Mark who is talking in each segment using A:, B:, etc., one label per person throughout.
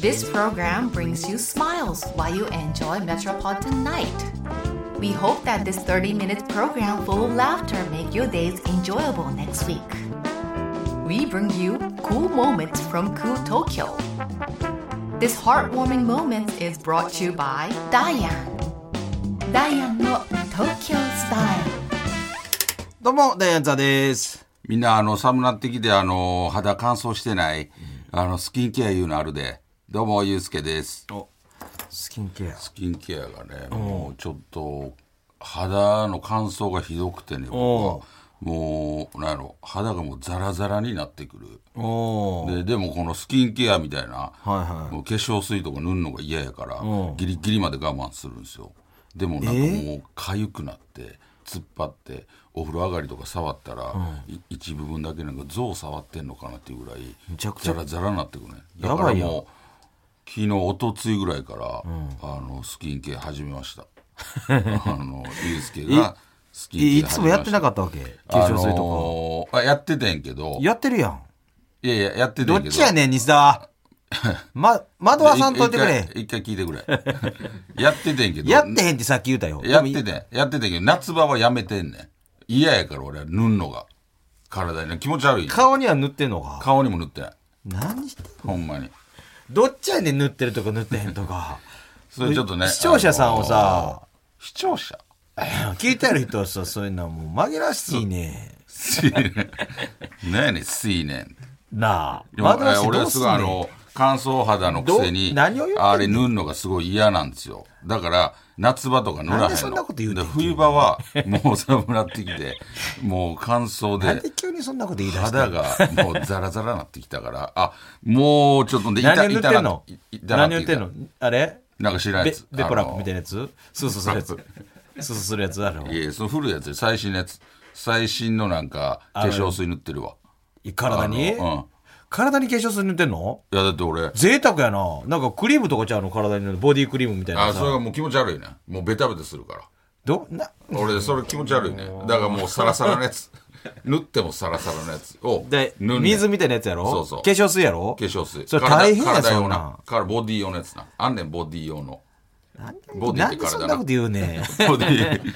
A: This program brings you smiles while you enjoy Metropolitan Night. We hope that this 30 minute program full of laughter make your days enjoyable next week. We bring you cool moments from cool Tokyo. This heartwarming moment is brought to you by Diane. Diane no Tokyo Style.
B: どうも、ダイアンザです。
C: みんなあの寒なってきてあの肌乾燥してない、あのスキンケアいうのあるでどうもゆうすけです
B: スキンケア。
C: スキンケアがね、もうちょっと肌の乾燥がひどくてね僕はもうなんやろ肌がもうザラザラになってくる
B: おー。
C: ででもこのスキンケアみたいな、
B: はい
C: もう化粧水とか塗るのが嫌やから
B: うん
C: ギリギリまで我慢するんですよでもなんか
B: え
C: もう痒くなって突っ張ってお風呂上がりとか触ったら、い一部分だけなんか象触ってんのかなっていうぐらい
B: めちゃくちゃ
C: ザラザラになってくるねだ
B: や
C: から
B: ばいやん
C: もう昨日一昨日ぐらいから、あのスキンケア始め ましたあのゆうすけがス
B: え、
C: キン
B: い
C: ケア
B: つ
C: 始
B: も
C: め
B: や
C: ました
B: ってなかったわけ化粧水
C: あ
B: と
C: のーあやってたんやけど
B: か。やってるやん。
C: いやいややってたん
B: ど
C: や
B: っ
C: けど
B: ちやねん、西 田。ま、窓はさんといてくれ。
C: 一回一回聞いてくれ。 やっててんけど。
B: やってへんってさっき言ったよ。
C: やって
B: でも
C: てん。やっててんけど、夏場はやめてんねん。嫌やから俺は塗んのが。体に。気持ち悪い。
B: 顔には塗ってんのか。
C: 顔にも塗ってない。
B: 何してんの
C: ほんまに。
B: どっちやねん、塗ってるとか塗ってへんと か。
C: それちょっとね。
B: 視聴者さんをさ
C: あのー。視聴者
B: 聞いてある人はさ、そういうのはもう紛らわしいね。
C: すいねん。何やねん、すいねん。
B: なあ。
C: でも
B: 紛らわしい
C: 俺
B: ど
C: は
B: うす
C: す
B: ん
C: ごいあ
B: ねん
C: の乾燥肌のくせに
B: ど何を言ってんの
C: あれ塗るのがすごい嫌なんですよだから夏場とか塗らへんの
B: なんでそんなこと言うてん
C: で冬場はもう寒くなってきてもう乾燥
B: なんで
C: で
B: 急にそんなこと言い出した
C: 肌がもうザラザラなってきたからあもうちょっとで痛
B: 何を塗ってんの何
C: 痛な痛
B: を
C: な
B: 塗ってんのあれ
C: なんか知らん
B: ベ
C: やつ
B: ベポラップみたい
C: な
B: なやつスースー するやつスースーするやつだろ
C: いやその古いやつよ最新のやつ最新のなんか化粧水塗ってるわ
B: 体に、
C: あの
B: 体に化粧水塗ってんの
C: うんいやだって俺
B: 贅沢やななんかクリームとかちゃうの体に塗るボディクリームみたいな
C: あそれ
B: さ
C: がもう気持ち悪いねもうベタベタするから
B: どな
C: 俺それ気持ち悪いねだからもうサラサラのやつ塗ってもサラサラのやつを
B: で
C: 塗んねん
B: 水みたいなやつやろ
C: そうそう
B: 化粧水やろ
C: 化粧水
B: それ大変や
C: 体体
B: そ
C: 用
B: ん
C: な
B: な
C: からボディ用のやつなあんねんボディ用の
B: ん
C: ボディ
B: な
C: っ
B: ん
C: て
B: でそん
C: 体
B: な
C: な
B: こと言う ねん
C: ボディ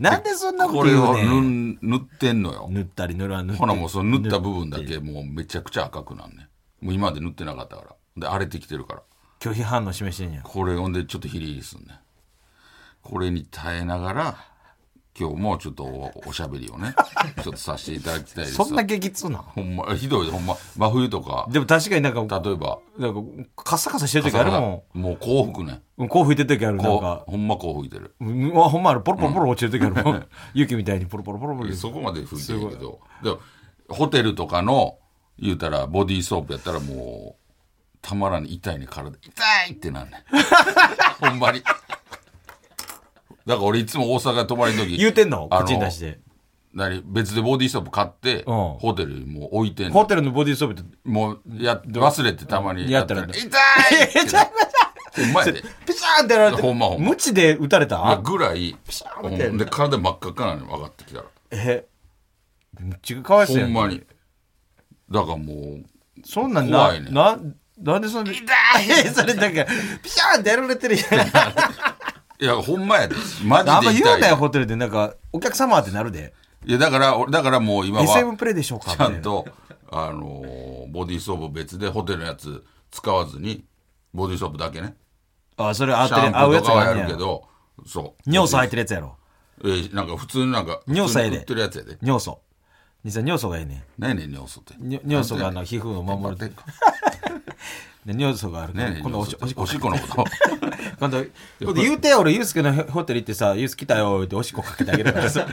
B: なんでそんなこと
C: これ
B: 言
C: を
B: うね
C: 塗
B: ん
C: ん塗ってんのよ
B: 塗ったり塗らん塗って
C: ほなもうその塗った部分だけもうめちゃくちゃ赤くなんねんもう今まで塗ってなかったからで荒れてきてるから
B: 拒否反応示してんや
C: これほんでちょっとヒリヒリすんねんこれに耐えながら今日もちょっとおおしゃべりをねちょっとさせていただきたいです
B: そんな激痛な
C: ほんま、ひどい、ほんま、真冬とか、
B: でも確かになんか
C: 例えば、
B: なんかカサカサしてる時あるも
C: もうこう吹くね。
B: んうんこう吹いてる時あるなん
C: こ
B: か
C: う、ほんまこう吹いてる。
B: うんうわほんまあるポロポロポロ落ちる時あるも ん雪みたいにポロポロポロポロ
C: そこまで吹いてるけど、でも、ホテルとかの、言うたら、ボディーソープやったらもう、たまらに痛いね、体。痛いってなんねん。ほ んまに。だから俺いつも大阪に泊まりの時
B: 言うてんの
C: あ
B: 口に出して
C: 何別でボディーソープ買って、
B: うん
C: ホテルにもう置いてん
B: ホ
C: の
B: テルのボディーソープって
C: もうや忘れてたまに
B: やったら
C: 痛いってうまいで
B: ピシャーンってやられて
C: ほんまほんま
B: 無知で打たれ
C: いや
B: た
C: ぐらい
B: ャーンってやる
C: うんで体真っ赤っかなのに分かってきたら
B: えむっちゃかわいそう
C: ほ
B: や
C: ん
B: ん
C: まにだからもう
B: そんなん
C: 怖
B: ない
C: ね
B: ななんでそんな痛いそれなんかピシャーンってやられて るやん
C: いやほんまやでマジ
B: あんま
C: で
B: 言
C: 痛
B: う
C: い
B: なよホテルでなんかお客様ってなるで
C: いやだから俺だからもう今
B: SM
C: は
B: プレイでしょうか
C: ちゃんとあのーボディーソープ別でホテルのやつ使わずにボディーソープだけね
B: あそれ合っ
C: シ
B: てる
C: ャンプ
B: 合う
C: ー
B: や
C: と
B: つ
C: かは
B: があん
C: や
B: ね
C: る
B: や
C: けどそう
B: 尿素入ってるやつやろ
C: えーなんか普通のなんか
B: 尿素やで
C: 普通に売ってるやつやで
B: 尿素実際尿素がええね
C: 何やねん尿素って
B: んに尿素があの皮膚を守る
C: 待っ
B: で
C: て
B: 尿素があるから
C: 何やね
B: 今
C: ん
B: 度お
C: 尿
B: し
C: 素
B: おし
C: ってお
B: っ
C: しっ
B: こ
C: このこと
B: 今 度今度言うてよ俺ユースケの ホテル行ってさユース来たよっておしっこかけてあげるから さ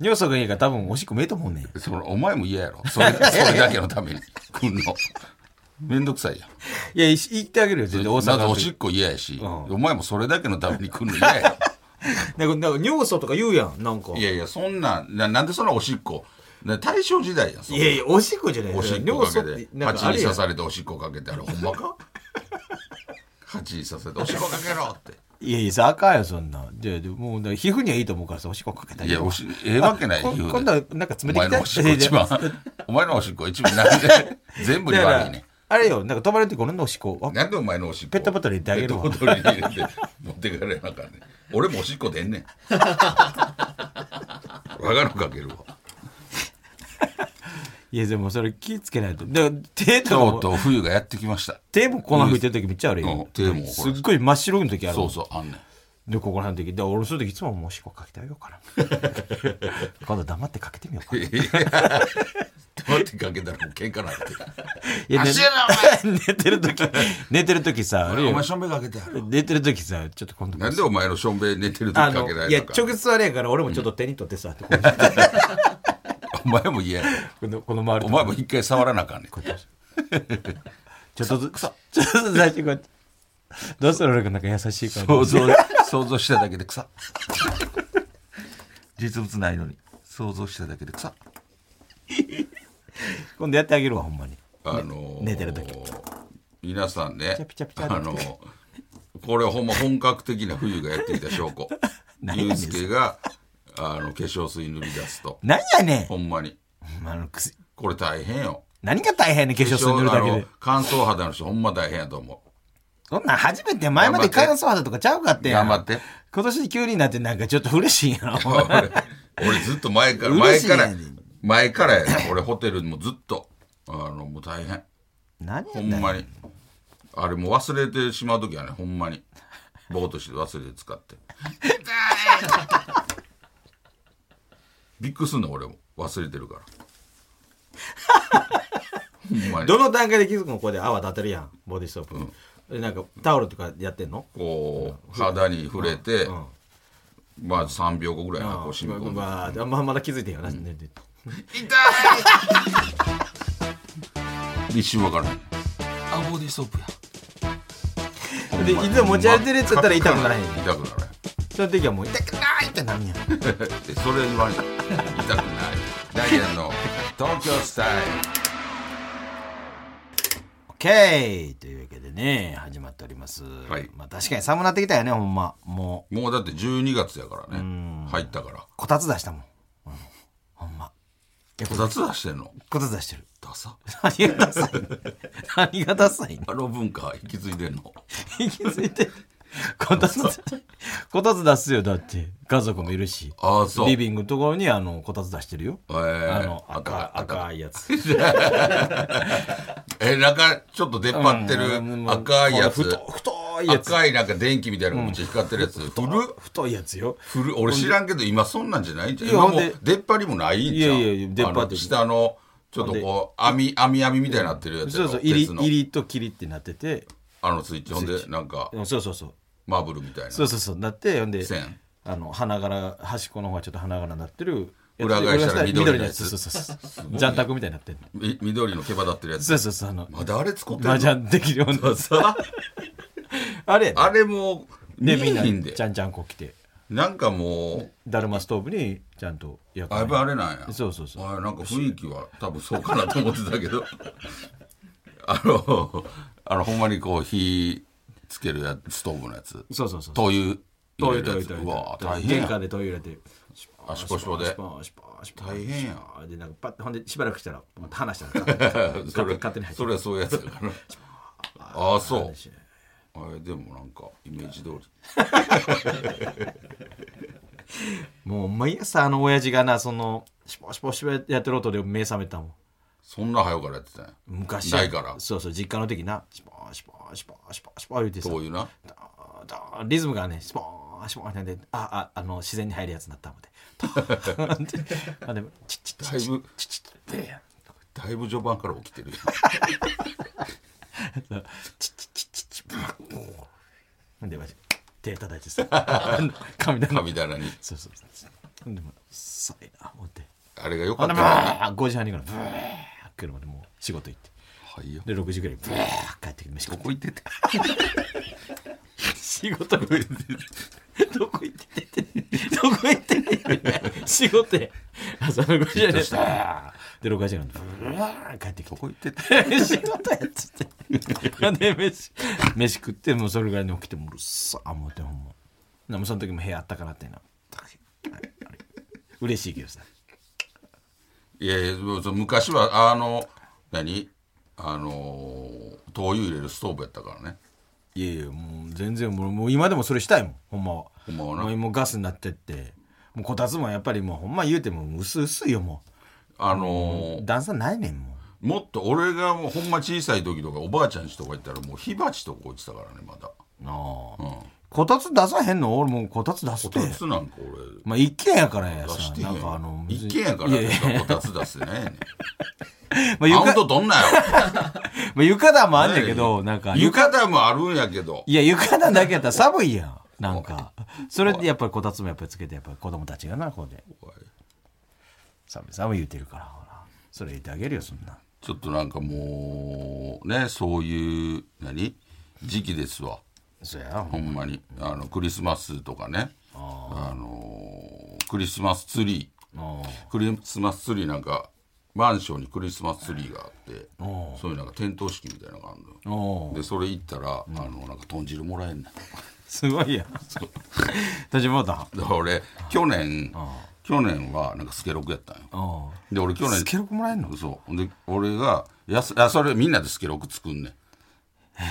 B: 尿素がいいから多分おしっこめえと思うねん
C: それお前も嫌やろそれそれだけのために来んのめんどくさいやん
B: いやい行ってあげるよ全然大阪
C: まず
B: の
C: おし
B: 時
C: っこ嫌やし、
B: ん
C: お前もそれだけのために来るの嫌や
B: なんかなんか尿素とか言うやんなんか
C: いやいやそんなんななんでそんなおしっこな大正時代やんそん
B: い
C: な
B: やいやおしっこじゃない
C: おしっこ
B: 尿素
C: か
B: っ
C: け
B: て
C: て
B: なん
C: 蜂
B: かあ
C: に
B: れや
C: 刺
B: ん
C: されておしっこかけてあれほんま か蜂に刺されておしっこかけろっ
B: いやいやさあかんよそんなででもうだから皮膚にはいいと思うからさおしっこかけてあげ
C: てい
B: る
C: やおしええわけない
B: こ
C: 皮膚で
B: 今度なんか
C: お
B: 冷てき
C: 前
B: た
C: のおしっこ一番お前のおしっこ一番なんで全部に悪いね
B: あれよ、なんか泊まる時俺のおしっこ。あ
C: なんでお前のおしっこ
B: ペットボトル入れてあげるわ
C: ペットボトルに入れて持ってかれなあかんねん俺もおしっこ出ん ねん我がのかけるわ
B: いや、でもそれ気ぃつけないと。で、手と
C: と
B: か
C: う
B: も、
C: とう冬がやってきました
B: 手もこんな吹いてる時めっちゃある
C: うん
B: よ。
C: 手もほ
B: す
C: ら
B: っごい真っ白い時ある
C: そ
B: もん
C: う。そうあんねん
B: で、ここら辺の時。で、俺そういう時いつももうおしっこかけてあげようかな。 今度黙ってかけてみようかな。い
C: 待ってかけたらもう喧嘩なって
B: や、ね
C: 足やな
B: 寝てる 時、寝てる時さ、あれ
C: お
B: よ
C: 前。しょんべんかけてやる
B: 寝てる時さ、ちょっと今度。
C: なんでお前のしょんべん寝てる時
B: あ
C: かけ
B: の、
C: ら
B: いや、
C: れたか
B: 直接あれやから俺もちょっと手に取ってさ、こうこ
C: お前も嫌や
B: のこの周りと
C: お
B: か
C: 前も一回触らなあかん ねん
B: ちょっとずつ、ちょっとずつ出してこうやって。どうする俺がなんか優しいから。
C: 想像想像しただけで草実物ないのに想像しただけで草
B: 今度やってあげるわ、ほんまに。
C: あのー
B: 寝てる時
C: 皆さんね
B: チャピチャピチャ
C: あ
B: って
C: のーこれほんま本格的な冬がやってきた証 拠
B: 何や
C: ゆ
B: ね
C: うんすけがあの化粧水塗り出すと
B: なんやねん
C: ほんまに
B: ほんまあのくせ
C: これ大変よ
B: 何が大変ねん化粧水塗るだけ
C: あ
B: で
C: の。乾燥肌の人ほんま大変やと思う
B: そんなん初めて前まで乾燥肌とかちゃうかってやん
C: 頑張って
B: 今年急になってなんかちょっと嬉しいんや ろ。
C: 俺俺ずっと前から前
B: 嬉しい
C: か
B: やん
C: ら前からやね俺ホテルもずっとあのもう大変
B: 何
C: ほ
B: や
C: ん
B: ねん。
C: まにあれもう忘れてしまう時はねほんまにぼーっとして忘れて使ってびっくりすんの俺も忘れてるからほんまに
B: どの段階で気づくのここで泡立てるやん、ボディストープ。でなんかタオルとかやってんの
C: こう肌に触れて、まあ3秒後ぐらいにこう染み込んで
B: まあ、あんままだ気づいてんよな。寝て
C: 一瞬分からんあボディーソープや
B: で、いつも持ち歩いてるやつやったら痛くならへん。
C: 痛くならへん
B: その時はもう痛くないってなんやん。
C: でそれ言われた痛くないダイアンの東京スタイル
B: オッケーというわけでね、始まっております。
C: はい
B: まあ確かに寒なってきたよね、ほんま。もう、
C: もうだって12月やからね入ったから
B: こたつ出したもん。うん、ほんま。
C: こたつ出してんの
B: こたつ出してる。
C: ダサ
B: 何がダサいの何がダサいの
C: あの文化引き継いでんの
B: 引き継いで。こたつ、こたつ出すよ、だって。家族もいるし。
C: ああそう
B: リビングのところにあの、こたつ出してるよ。
C: えー
B: あの、
C: 赤
B: 赤、赤いやつ。
C: えなんかちょっと出っ張って
B: うん
C: る
B: もう
C: 赤いや
B: ほら
C: つ
B: 太太いやつ。
C: 赤いなんか電気みたいなのがめっちゃ光ってるやつ古っ
B: 太いやつよ。
C: 古っ俺知らんけど今そんなんじゃないんじゃん
B: いや
C: 今も
B: ほんで
C: う出っ張りもないんじゃん
B: いやいやいや出っ張ってる
C: あの下のちょっとこう網網網みたいになってるやつや
B: そう
C: ろ
B: そう、入り、
C: 鉄の
B: 入りと切りってなってて。
C: あのスイッチほんでなんか
B: うんそうそうそう。
C: マーブルみたいな
B: そうそうそうなってほんで
C: 線
B: あの花柄端っこの方がちょっと花柄になってるやつ
C: 裏返したら
B: 裏
C: 緑の
B: の
C: や
B: や
C: つ
B: つそうそうそうジャンタクみたいになってる
C: み緑の毛羽立ってるやつ
B: そうそうそうあの
C: まだあれ作ってんの
B: 麻雀できるような
C: さ
B: あれやで
C: あれもう見え
B: でみん
C: へんで
B: なちゃんちゃんこ来て
C: なんかもう
B: だるまストーブにちゃんと焼
C: あやっぱあれなんや
B: そうそうそう
C: あなんか雰囲気は多分そうかなと思ってたけど あのあのほんまにこう火つけるやつストーブのやつ
B: そうそうそう
C: 灯油
B: ト
C: 入
B: イレ
C: れる
B: ト
C: や
B: イ
C: つ
B: レ
C: うわ
B: ト
C: 大
B: イレ
C: 変
B: 玄
C: や
B: 関でトイレ入れて
C: あシュポシュポで
B: シュポシュポシュポ
C: 大変や
B: でなんかパッてほんでしばらくしたらまた話した ら
C: それ
B: 勝手に入って
C: それはそういうやつだからああそう
B: 話
C: あれでもなんかイメージ通り
B: もう毎朝あの親父がなそのシュポシュポシュポやってる音で目覚めたもん
C: そんな早うからやってたんや
B: 昔
C: ないから
B: そうそう実家の時なシュポーシュポーシュポーシュポーシュポー言うてさ
C: 灯油な
B: ダーダーリズムがねシュポーシュポーなんであああの自然に入るやつになったもんでダーってあでもチッチッチ
C: だいぶ
B: ッチッチッって
C: だいぶ序盤から起きてるやん
B: チッチッチッチッチッブーンでマジ手叩いてさ髪の
C: 神棚に
B: そうそうそうでもうっさいな思って
C: あれが良か
B: ほん
C: った
B: でブ
C: な
B: ー5時半にからブー車でもう仕事行って
C: はいよ
B: で6時ぐらいにブー帰ってきて飯食って
C: どこ行ってて
B: 仕事どこ行っててどこ行ってて仕事や朝の5時やねで6時なんでうわー帰ってきて
C: どこ行ってて
B: 仕事やっつってで飯飯食ってもうそれぐらいに起きてもうるっさー思ってほんまでもその時も部屋あったからってな嬉しいけどさ
C: いやいやそう昔はあの何あのー灯油入れるストーブやったからね
B: いやいやもう全然もうもう今でもそれしたいもんほんまは
C: ほんまはな
B: もうもうガスになってってもうこたつもやっぱりもうほんま言うても薄々よも
C: あのー
B: う段差ないねんも
C: もっと俺がもうほんま小さい時とかおばあちゃんちとか行ったらもう火鉢とか置いてたからねまだ
B: うなあ、こたつ出さへんの俺もうこたつ出す
C: こ
B: って
C: たつなんか
B: まあ一軒やからや
C: 俺出
B: さ
C: してへ
B: なんんかあの
C: 一軒やから
B: いやいや
C: なんかこたつ出してないね
B: まあ、
C: んマウン
B: 床
C: ト取 んなよ
B: まあ、床暖もあんねんけどなんか
C: 浴衣もあるんやけど
B: いや床暖だけやったら寒いやんなんかそれでやっぱりこたつもやっぱりつけてやっぱり子供たちがなこうで寒い寒い言うてるからほらそれ言ってあげるよそんな
C: ちょっとなんかもうねそういう何時期ですわ
B: そや
C: ほんまにあのクリスマスとかねあのークリスマスツリ
B: あ
C: ークリスマスツリーなんかマンションにクリスマスツリーがあってそういうなんか点灯式みたいなのがあるのよ
B: あおう
C: でそれ行ったら、あのなんか豚汁もらえんねん
B: すごいやん立ち戻った
C: だから俺去年去年はなんかスケロクやったんよ
B: お
C: で俺去
B: う
C: 年
B: スケロクもらえんの
C: そうで俺がやすあそれみんなでスケロク作んねん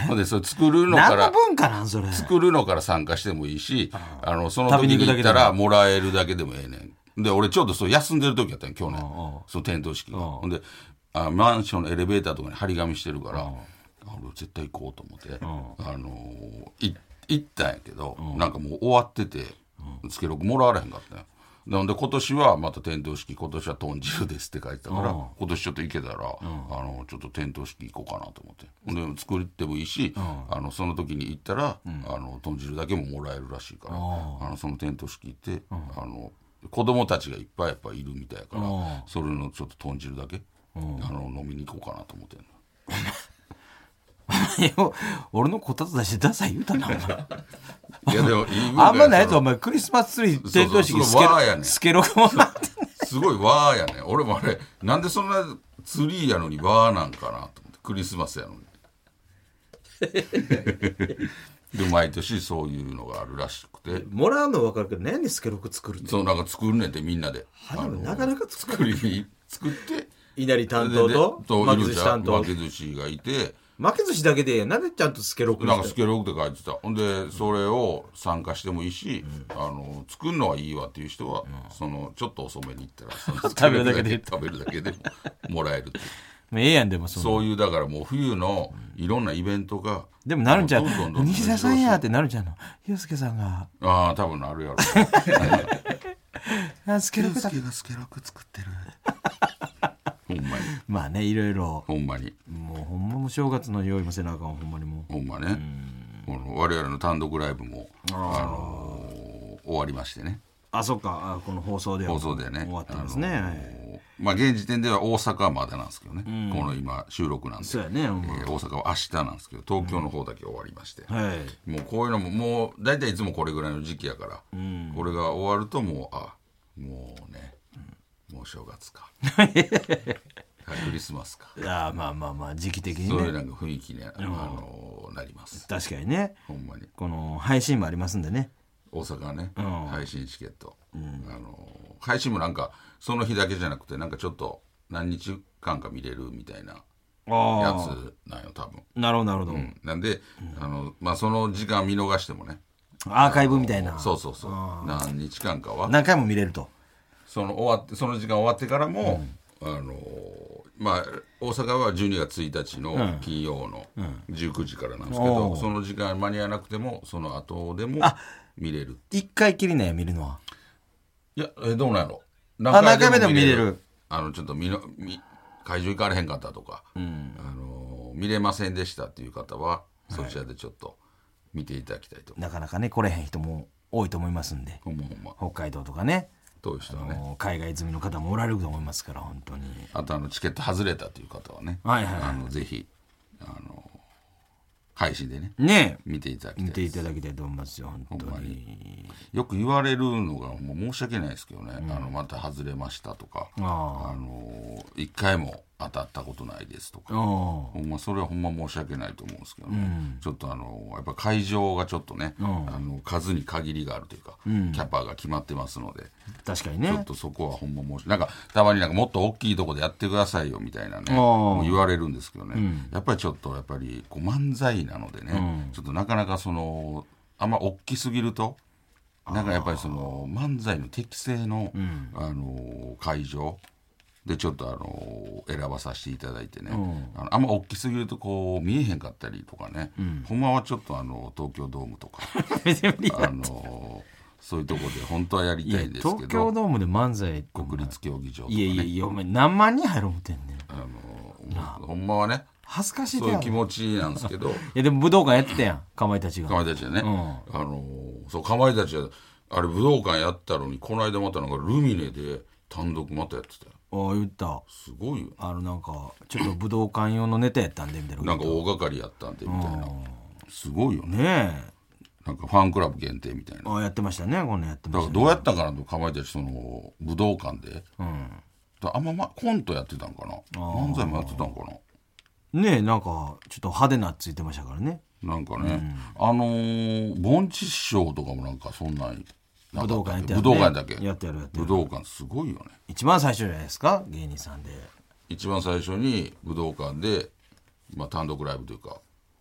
C: ほんでそれ作るのか
B: 何の
C: ら
B: 文化なんそれ
C: 作るのから参加してもいいしあのその
B: 食べ
C: 時
B: に行
C: に
B: くだけ
C: 行っ
B: でも
C: たらもらえるだけでもええねんで俺ちょうどそう休んでる時やったんよ去年その点灯式がほんであマンションのエレベーターとかに張り紙してるからあ俺絶対行こうと思ってあのーい行ったんやけどなんかもう終わっててつけろくもらわれへんかったんよでほんで今年はまた点灯式今年は豚汁ですって書いてたから今年ちょっと行けたら、あのちょっと点灯式行こうかなと思ってほんで作ってもいいし、あのその時に行ったら、あの豚汁だけももらえるらしいから、あのその点灯式行って、あの子供たちがいっぱいやっぱいるみたいやから、それのちょっと豚汁だけ、あの飲みに行こうかなと思ってんの
B: いや俺のこたつ出してダサい言うたなお 前
C: いやでもいい
B: あんまないやつ
C: と
B: お前クリスマスツリー点灯式
C: そう
B: スケ
C: そうそれ
B: ロ
C: わーやねん
B: スケロクもらって
C: すごいわーやね俺もあれなんでそんなツリーやのにわーなんかなと思ってクリスマスやのにで毎年そういうのがあるらしくて
B: もらうの分かるけど何でスケロク作るの
C: そうなんか作るねんてみんなであの
B: なかなか作
C: 作り作って
B: 稲荷担
C: ででそういるじゃん巻き寿司がいて
B: 巻き寿司だけでなんでちゃんとスケロク
C: なんかスケロクって書いてたほんでそれを参加してもいいし、あの作るのはいいわっていう人は、そのちょっと遅めに行ったら その
B: 食べるだけで
C: 食べるだけで ももらえるっていう
B: ええやんでもその
C: そういうだからもう冬のいろんなイベントが
B: でもなるんちゃう
C: どんどんどんどん
B: 西田さんやってなるんちゃうのゆうすけさんが
C: ああ多分あるやろ
B: あスケロクだ
C: がスケロク作ってる ほんまに
B: まあねいろいろ
C: ほんまに
B: もうほんまもう正月の用意もせなあかんほんまにもう
C: ほんまねこの我々の単独ライブもあのー終わりましてね
B: あそっかあこの放送では
C: 放送でね
B: 終わってますね、
C: あのーまあ現時点では大阪はまだなんですけどね、この今収録なんで、
B: そうやねほん
C: え
B: ま
C: ー大阪は明日なんですけど東京の方だけ終わりまして、
B: はい
C: もうこういうのももう大体いつもこれぐらいの時期やから、これが終わるともうあもうね、もう正月 かはいクリスマスか、
B: あまあまあまあ時期的に
C: そういう
B: ね
C: なんか雰囲気に、あのなります
B: 確かにね
C: ほんまに
B: この配信もありますんでね
C: 大阪ね、
B: ん
C: 配信チケット、あの配信もなんかその日だけじゃなくてなんかちょっと何日間か見れるみたいなや
B: ああ
C: つなんよ多分、
B: なるほどなるほど、
C: うんなんで、あのまあ、その時間見逃してもね
B: アーカイブみたいな
C: そうそうそう何日間かは
B: 何回も見れると
C: その終わってその時間終わってからも、あのまあ大阪は12月1日の金曜の19時からなんですけど、その時間間に合わなくてもその後でも見れる
B: 一回きりなんや見るのはい
C: やえどうなんやろ
B: あ何回目でも見れる
C: あのちょっと見の見会場行かれへんかったとか、あの見れませんでしたっていう方はそちらでちょっと見ていただきたいと、
B: なかなかね来れへん人も多いと思いますんで
C: ほんまほんま
B: 北海道とかね
C: どういう人はね
B: もう海外済みの方もおられると思いますから本当に
C: あとあのチケット外れたという方はね、
B: はいはいはい
C: あのぜひあの配信でね
B: ねえ
C: 見ていただき
B: 見
C: た
B: て
C: い
B: いただきたいと思いますよ本当
C: ほんま
B: に
C: よく言われるのがもう申し訳ないですけどね、あのまた外れましたとか、
B: あ
C: あの一回も当たったことないですとか、
B: お
C: ほんまそれはほんま申し訳ないと思うんですけどね、ちょっとあのやっぱ会場がちょっとね、あの数に限りがあるというか、キャパが決まってますので。
B: 確かに
C: ちょっ
B: ね
C: とそこはほんま申しなんかたまになんかもっと大きいとこでやってくださいよみたいなね
B: ー
C: もう言われるんですけどね、やっぱりちょっとやっぱりこう漫才なのでね、ちょっとなかなかそのあんま大きすぎるとなんかやっぱりその漫才の適性の、あのー会場でちょっとあのー選ばさせていただいてね、あのあんま大きすぎるとこう見えへんかったりとかね、ほんまはちょっとあの東京ドームと かあのーそういうとこで本当はやり
B: いや
C: たいんですけど
B: 東京ドームで漫才
C: 国立競技場とか、ね、
B: いやいやいやお前何万人入ろう思ってんねん
C: あのほんまはね
B: 恥ずかしい
C: そう
B: で
C: いう
B: や
C: 気
B: い
C: 持ちなんですけど
B: やでも武道館やってたやんかまいたちが
C: かまいたちはね、
B: うん
C: あのそうかまいたちはあれ武道館やったのにこの間またなんかルミネで単独またやってたよ
B: お言った
C: すごいよ
B: あのなんかちょっと武道館用のネタやったんでみたいな
C: なんか大掛かりやったんでみたいなすごいよね
B: ねえ
C: なんかファンクラブ限定みたいな
B: あやってましたねこんなんやってま
C: だか
B: した
C: らど
B: ね
C: うやったんかなとかまいたちその武道館で、だからあんま、ま、コントやってたんかな漫才もやってたんかな
B: ねえなんかちょっと派手なついてましたからね
C: なんかね、あのー、盆地師匠とかもなんかそんなんな
B: 武
C: か
B: 道館やっ
C: ったっけ
B: て
C: 武道館だけ
B: やってやるやってや
C: 武
B: る
C: 道館すごいよね
B: 一番最初じゃないですか芸人さんで
C: 一番最初に武道館で、まあ、単独ライブというか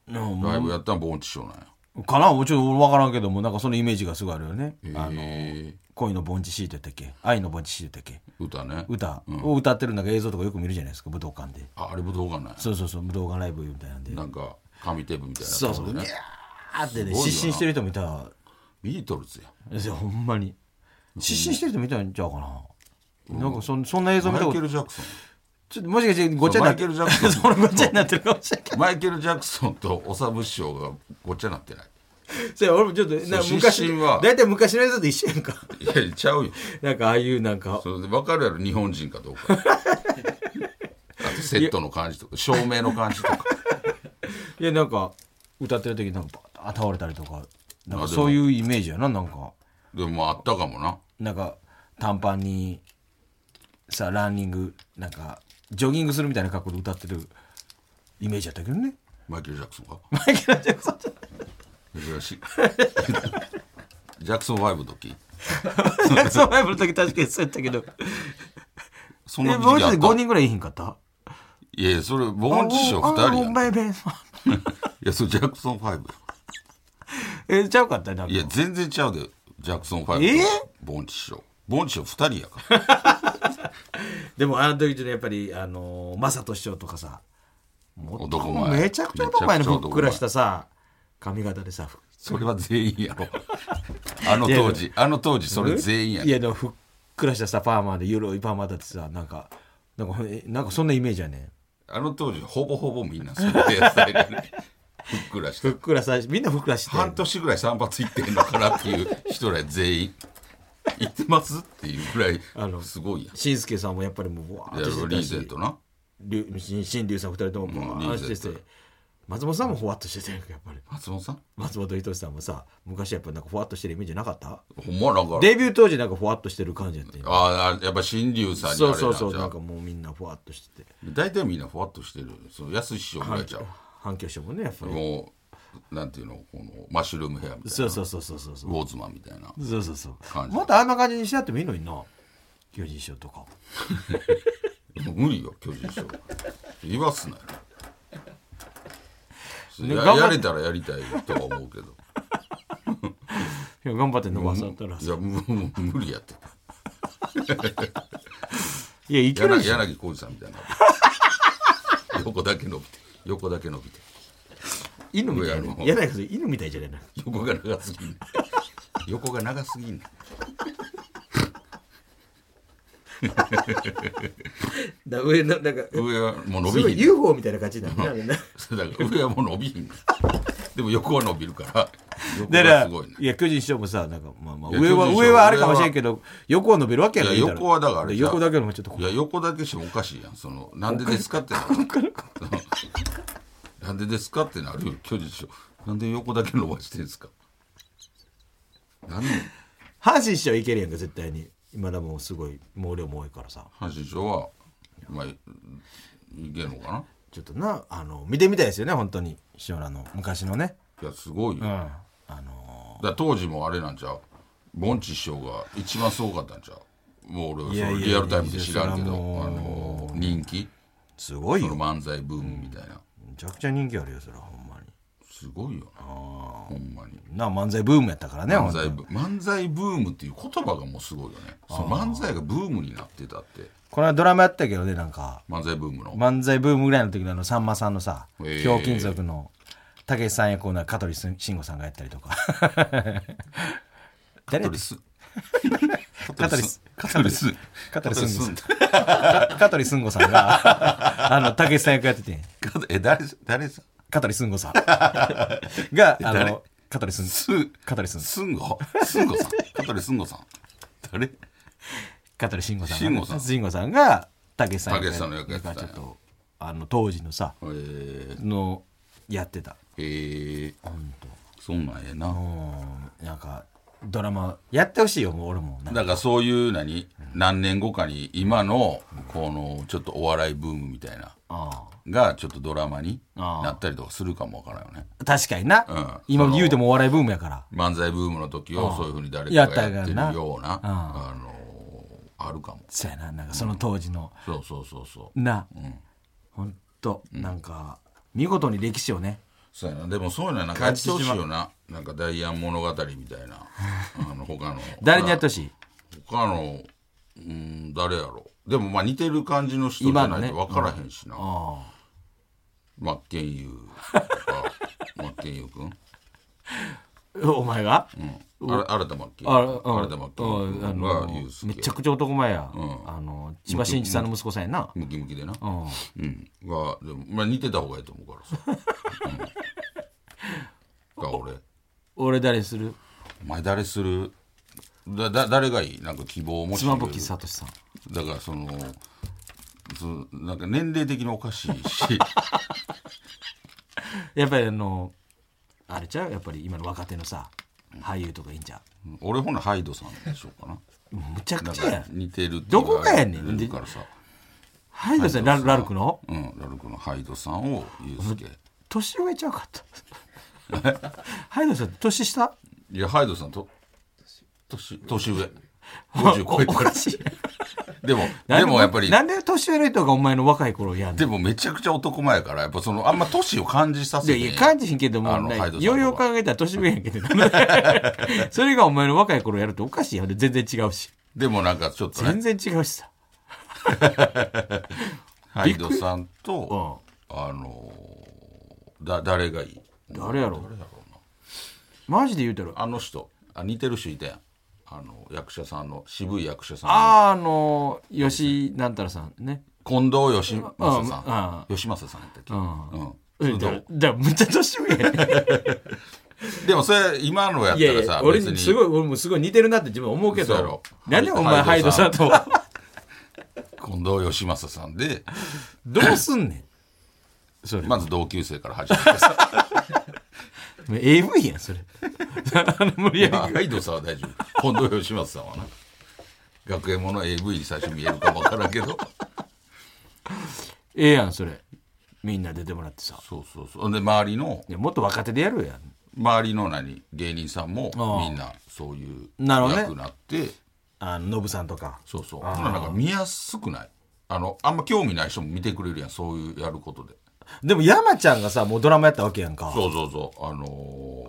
B: うん
C: ライブやったのは盆地師匠なんや、
B: かなもちろん俺分からんけどもなんかそのイメージがすごいあるよねあの
C: え
B: 恋の盆地シートやったっけ愛の盆地シートやったっけ
C: ー歌ね
B: 歌を歌ってるなんか映像とかよく見るじゃないですか武道館で
C: ああれ武道館なんや
B: そうそうそう武道館ライブみたいなんで
C: なんか紙テープみたいなやつ
B: そうそうギャ
C: ね
B: ーってね
C: すごいよな
B: 失神してる人もいたら
C: ビートルズや
B: いやほんまに失神してる人もいたんちゃうかななんかそんそんな映像見
C: マ
B: た
C: イ
B: こ
C: ケ
B: と
C: ル・ジャクソ
B: ちょっともしかしてごちゃになって
C: マイケルジャクソ ン
B: そのごちゃになってるかもしれない
C: ンマイケル・ジャクソンとおさぶ師匠がごっちゃになってない
B: それ俺もちょっとな
C: そう
B: 昔
C: 失神は
B: 大体昔の映像と一緒やんか
C: いやちゃうよ
B: なんかああいうなんか
C: それで分かるやろ日本人 かどうかあとセットの感じとか照明の感じとか
B: いやなんか歌ってる時になんかバーッと倒れたりとかなん
C: あ
B: か
C: でも
B: そういうイメージやななんか
C: でもあったかもな
B: なんか短パンにさランニングなんかジョギングするみたいな格好で歌ってるイメージやったけどね
C: マイケル・ジャクソンか
B: マイケル・ジャクソンじゃない
C: 珍しいジャクソン5の 時
B: ジャクソンライブの時確かにそうやったけど
C: そんな
B: え
C: 時
B: もう
C: 期
B: ちょ
C: あ
B: っと5
C: った
B: 人ぐらいいひんかった
C: いやいやそれボーンチ師匠2人やんい
B: やん
C: やそれジャクソン5
B: えちゃうかったなんか
C: いや全然ちゃうでジャクソン5
B: え
C: ボーンチ師匠ボーンチ師匠2人やから
B: でもあの時ってねやっぱりあのー雅俊師匠とかさもう
C: 男前
B: めちゃくちゃ男前のふっくらしたさ髪型でさふ
C: それは全員やろあの当時あの当時それ全員や
B: い
C: ね
B: やでもふっくらしたさパーマでゆるいパーマだってさなんかなんかえなんかそんなイメージやね
C: あの当時ほぼほぼみんなそれでやったよねふっくらし
B: ふ
C: て
B: っくらさみんなふっくらして
C: 半年ぐらい散髪行ってんのかなっていう人ら全員行ってますっていうぐらい
B: あの
C: すごいやん
B: しんすけさんもやっぱりもうわーっ
C: い
B: と
C: や
B: してた
C: リーゼ
B: し
C: ントな
B: りゅし新竜さん二人ともわーっとして
C: うんリーゼン
B: て松本さんもほわっとしてたやんかやっぱり
C: 松本さん
B: 松本人志さんもさ昔やっぱなんかふわっとしてるイメージなかった
C: ほんまなんか
B: デビュー当時なんかふわっとしてる感じやったよ
C: ああやっぱ新竜さんにあ
B: そ
C: れな
B: うそうそう
C: じ
B: な
C: ゃ
B: ん
C: あ
B: かもうみんなふわっとしてて
C: 大体みんなふわっとしてるその安い師匠ぐらいちゃう
B: 反響してもねやっぱり
C: もうなんていうのこのマッシュルームヘアみたい
B: そ
C: な
B: うそうそうそうそうそう
C: ウォーズマンみたいな
B: そうそうそう
C: 感じ
B: またあんな感じにしなってもいいのにな巨人師匠とか
C: もう無理よ巨人師匠言わすなよ
B: ね
C: や
B: 頑張っ
C: やれたらやりたいとは思うけど
B: いや頑張って伸ばさったら
C: いやもうもう無理やって
B: いやいける
C: 柳
B: でしょ
C: 柳浩二さんみたいな横だけ伸びて横だけ伸びて
B: 犬みたい
C: いや
B: な
C: もう
B: いやなんかそれ犬みたいじゃないな
C: 横が長すぎんね横が長すぎんね
B: だ上のなんか
C: 上はもう伸
B: す
C: び
B: ご
C: ひん
B: い
C: ね
B: UFO みたいな感じになるね
C: そうだから上はもう伸びひんねでも横は伸びるから横
B: だか
C: が
B: ら
C: すごいね
B: いや巨人師匠もさなんかまあまあ
C: いや
B: 上は
C: 巨人師匠
B: 上はあれかもしれんけど横は伸びるわけやん
C: いや
B: 言うた
C: 横はだからあれちゃう
B: 横だけのもちょっとこ
C: いや横だけしてもおかしいやんそのなんでですかってなるなんでですかってなるよ巨人師匠なんで横だけ伸ばしてんすかなんで
B: 阪神師匠いけるやんか絶対に今だもうすごい毛量も多いからさ
C: 阪神師匠はまあいけんのかな
B: ちょっとなあの見てみたいですよね本当に師匠らの昔のね
C: いやすごいよ、だか
B: あの
C: ら当時もあれなんちゃうボンチ師匠が一番すごかったんちゃうもう
B: い
C: 俺
B: や
C: はいそ
B: や
C: れリアルタイムで知らんけど
B: いやそれ
C: あ
B: はも
C: の人気
B: すごい
C: その
B: よ
C: 漫才ブームみたいな、
B: めちゃくちゃ人気あるよそれはほんまに
C: すごいよなほんまに
B: な漫才ブームやったからね
C: 漫
B: ほん
C: 才
B: と
C: ブ漫才ブームっていう言葉がもうすごいよねその漫才がブームになってたって
B: この間ドラマやったけどねなんか
C: 漫才ブームの
B: 漫才ブームぐらいの時のあのさんまさんのさ「
C: へえ
B: ひょうきん族」のたけしさんやこうな香取慎吾さんがやったりと か誰
C: カ
B: や
C: ト
B: っ
C: リ
B: け
C: ス
B: 香取す
C: カトリス
B: 香取慎吾さん
C: カトリ
B: か香取慎吾さんが あのたけしさん役やってて
C: カトえ誰誰さ
B: 香取慎吾 さんがあ
C: 誰
B: の香取慎
C: す
B: 香取慎
C: すんごすんごさんカトリすんごさん誰
B: 香取慎吾さんが
C: 慎吾さん
B: 慎吾さんがたけしさん
C: たけしさんの役やってたんや
B: ちょっとあの当時のさ
C: えー、
B: のやってた
C: えー、そんなんええな
B: うんなんかドラマやってほしいよもう俺もなんか
C: だからそういう何何年後かに今のこのちょっとお笑いブームみたいな
B: あ
C: がちょっとドラマに
B: あー
C: なったりとかするかもわからんよね
B: あ確かにな、
C: うん
B: 今言うてもお笑いブームやから
C: 漫才ブームの時をそういうふうに誰
B: や
C: か
B: った
C: が
B: ら
C: やって
B: やな
C: るような
B: うん
C: あのーあるかも
B: そうやななんかその当時の、
C: そうそうそうそう
B: な、ほんとなんか見事に歴史をね
C: そうやなでもそういうのはなんかやってほしいよななんかダイアン物語みた いなあの他の
B: 誰にやってほしい
C: 他のうん誰やろうでもまあ似てる感じの人じゃ
B: 今の
C: ない
B: ね
C: と分からへんしな、
B: あ
C: マッケンユ ーとかマッケンユーくん、
B: あお前が、
C: うん、あれ新田マッケン
B: あ
C: ユー新田マッケンユー
B: あ
C: くんがユース
B: めち
C: ケ
B: ゃくちゃ男前や、あの千葉真一さんの息子さんやな、
C: ムキムキでな
B: うん
C: うんがでも、まあ、似てた方がいいと思うからさ、うん、が俺
B: 俺誰にする
C: お前誰するだだ誰がいいなんか希望を持ち
B: 妻夫木聡さん
C: だからそのそなんか年齢的におかしいし
B: やっぱりあのあれちゃうやっぱり今の若手のさ俳優とかいいんちゃ
C: 俺ほなハイドさんでしょうかな
B: うむちゃく
C: なん
B: ちゃや
C: か
B: ん
C: 似てるっていう
B: どこがやねん
C: 言われるからさ
B: ハイドさんララルクの
C: うんラルクのハイドさんをユうスケ
B: 年上ちゃうかった ハイドさん年下
C: いやハイドさんと年年上50超え
B: お
C: て
B: かしい
C: る でも
B: なん
C: でもやっぱり
B: なんで年上の人がお前の若い頃やん
C: で
B: の
C: もめちゃくちゃ男前やからやっぱそのあんま年を感じさせ
B: いや
C: て
B: いや感じひんけども
C: あのハイドさんとか
B: ようよう考えたら年上やんけど それがお前の若い頃やるっておかしいやんで全然違うし
C: でもなんかちょっと
B: 全
C: ね
B: 然違うしさ
C: ハイドさん
B: う
C: と
B: ん
C: あのーだ誰がいい
B: 誰やろ
C: 誰やろうな
B: マジで言うたらあ
C: あの人あ似てる人いたやんあの役者さんの渋い役者さんの
B: あーあの吉なんたらさんね
C: 近藤義正
B: うん
C: さん義正さんやったっけ、
B: ん
C: う
B: え
C: ん
B: だから だからむっちゃ年上やん
C: でもそれ今のやっ
B: いやい
C: たら
B: や
C: さ
B: 俺
C: 別
B: に
C: に
B: すごい俺もすごい似てるなって自分思うけ
C: 嘘や
B: ど
C: ろ
B: なんでお前ハ
C: ハ
B: イ
C: イ
B: ド
C: ド
B: さ
C: さ
B: ん
C: ん
B: と
C: 近藤義正さんで
B: どうすんねん それ、
C: まず同級生から始めてさ
B: AV やんそれ あの無理やり
C: ガイドさんは大丈夫近藤義正さんはな学園もの AV に最初見えるかもわからんけど
B: ええやんそれみんな出てもらってさ
C: そうそうそうで周りの
B: いやもっと若手でやるやん
C: 周りの何芸人さんも
B: ああ
C: みんなそういう
B: なるほどね
C: 役になって、
B: あのノブさんとか
C: そうそうほななんか見やすくないあのあんま興味ない人も見てくれるやんそういうやることで
B: でも山ちゃんがさもうドラマやったわけやんか
C: そうそうそうあの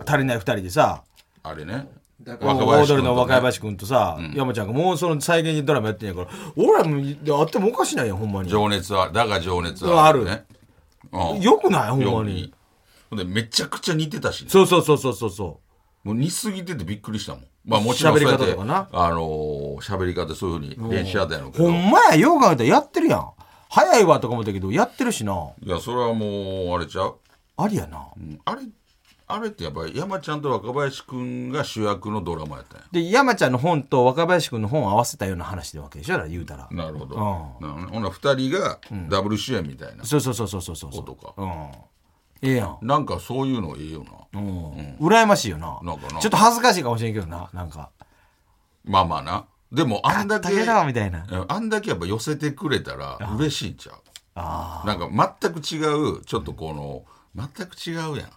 C: ー
B: 足りない二人でさ
C: あれね。
B: オ
C: 若
B: ー
C: 林
B: ドル
C: 君と
B: の
C: ね
B: 若林君とさ、山ちゃんがもうその再現ドラマやってんやから俺らもあってもおかしないやんほんまに
C: 情熱は、だが情熱
B: あ
C: は
B: る
C: ね。うん
B: よくないほんまに。
C: ほんで、めちゃくちゃ似てたしね。
B: そうそうそうそうそうそ
C: もう似すぎててびっくりしたもん。まあもちろんそうやって
B: 喋り方とかな
C: あのー喋り方そういうふうに練習やったんやろう
B: う
C: けど。
B: ほんまやよう考えたらやってるやん早いわとか思ったけどやってるしない
C: や、それはもう、あれちゃう。
B: ありやな
C: うんあれ、あれってやっぱり山ちゃんと若林くんが主役のドラマやったんや。
B: で山ちゃんの本と若林君の本を合わせたような話でわけでしょだから言うたら
C: なるほど。
B: あ
C: なるほどねほんなら二人がダブル主演みたいな。
B: そうそうそうそうそうそう
C: ことか
B: うんええやん
C: なんかそういうのいいよな。
B: うん羨ましいよな
C: なんかな
B: ちょっと恥ずかしいかもしれんけどななんか
C: まあまあな。でもあんだ
B: だけ
C: け。
B: だみたいな
C: うんあんだけやっぱ寄せてくれたら嬉しいんちゃうなんか全く違うちょっとこの全く違うやん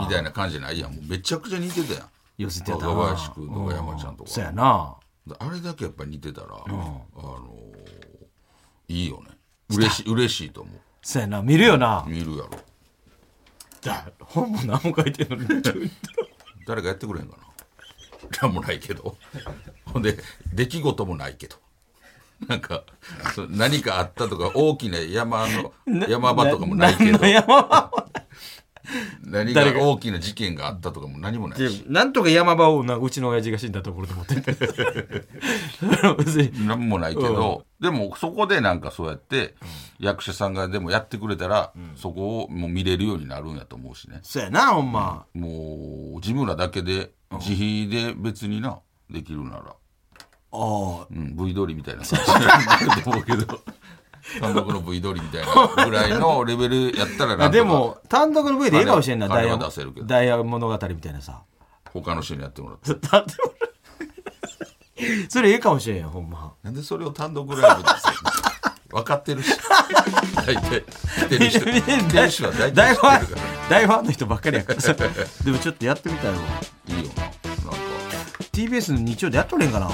C: みたいな感じないやんもうめちゃくちゃ似てたやん
B: 寄せてたな
C: 若林君とか山ちゃんと
B: そうや
C: か
B: な
C: あれだけやっぱ似てたら、あのーいいよね嬉しい嬉しいと思う
B: そうやな見るよな、
C: 見るやろ
B: だ本も何も書いてんのに急に
C: 誰かやってくれへんかななんもないけど ほんで出来事もないけどなんかそう何かあったとか大きな山の 山場とかもないけど
B: んの山場 も
C: 何
B: 誰
C: か
B: が
C: 大きな事件があったとかも何もないし
B: なんとか山場をなうちの親父が死んだところで持って って別に
C: 何もないけど、でもそこでなんかそうやって役者さんがでもやってくれたら、そこをもう見れるようになるんやと思うしね
B: そうやなほんま、
C: もう自分らだけで自費で別になできるなら、
B: ああ
C: うん、V 撮りみたいな感じになると思う けど単独の V 撮りみたいなぐらいのレベルやったらなんと
B: あ
C: か
B: でも単独の V でええかもしれんな
C: 金
B: ダイ
C: は
B: ヤ
C: 金は出せるけど
B: ダイヤ物語みたいなさ
C: 他の人にやってもらって
B: だって俺 それええかもしれんよほんま
C: なんでそれを単独ライブでするの分かってるし大体来てる 人
B: 見
C: 来
B: てる
C: てる人は大
B: 大
C: 体
B: ファ
C: 知ってるか
B: ン大ファンの人ばっかりやからさでもちょっとやってみたいわ
C: らいいよななんか
B: TBS の日曜でやっとれんかな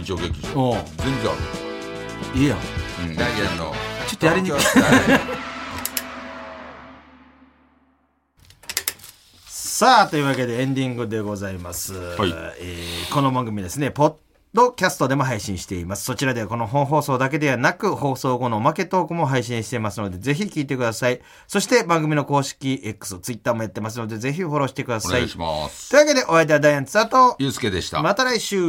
C: 一応劇場
B: おう
C: 全然ある
B: いいやん
C: うん、ダイヤの
B: ちょっとやりにくいさあというわけでエンディングでございます、
C: い
B: えーこの番組ですねポッドキャストでも配信していますそちらではこの本放送だけではなく放送後のおまけトークも配信していますのでぜひ聞いてくださいそして番組の公式 XTwitter もやってますのでぜひフォローしてくだ
C: お
B: さい
C: 願いします
B: というわけでお相手はダイアンツ佐藤
C: ゆうすけでした
B: また来週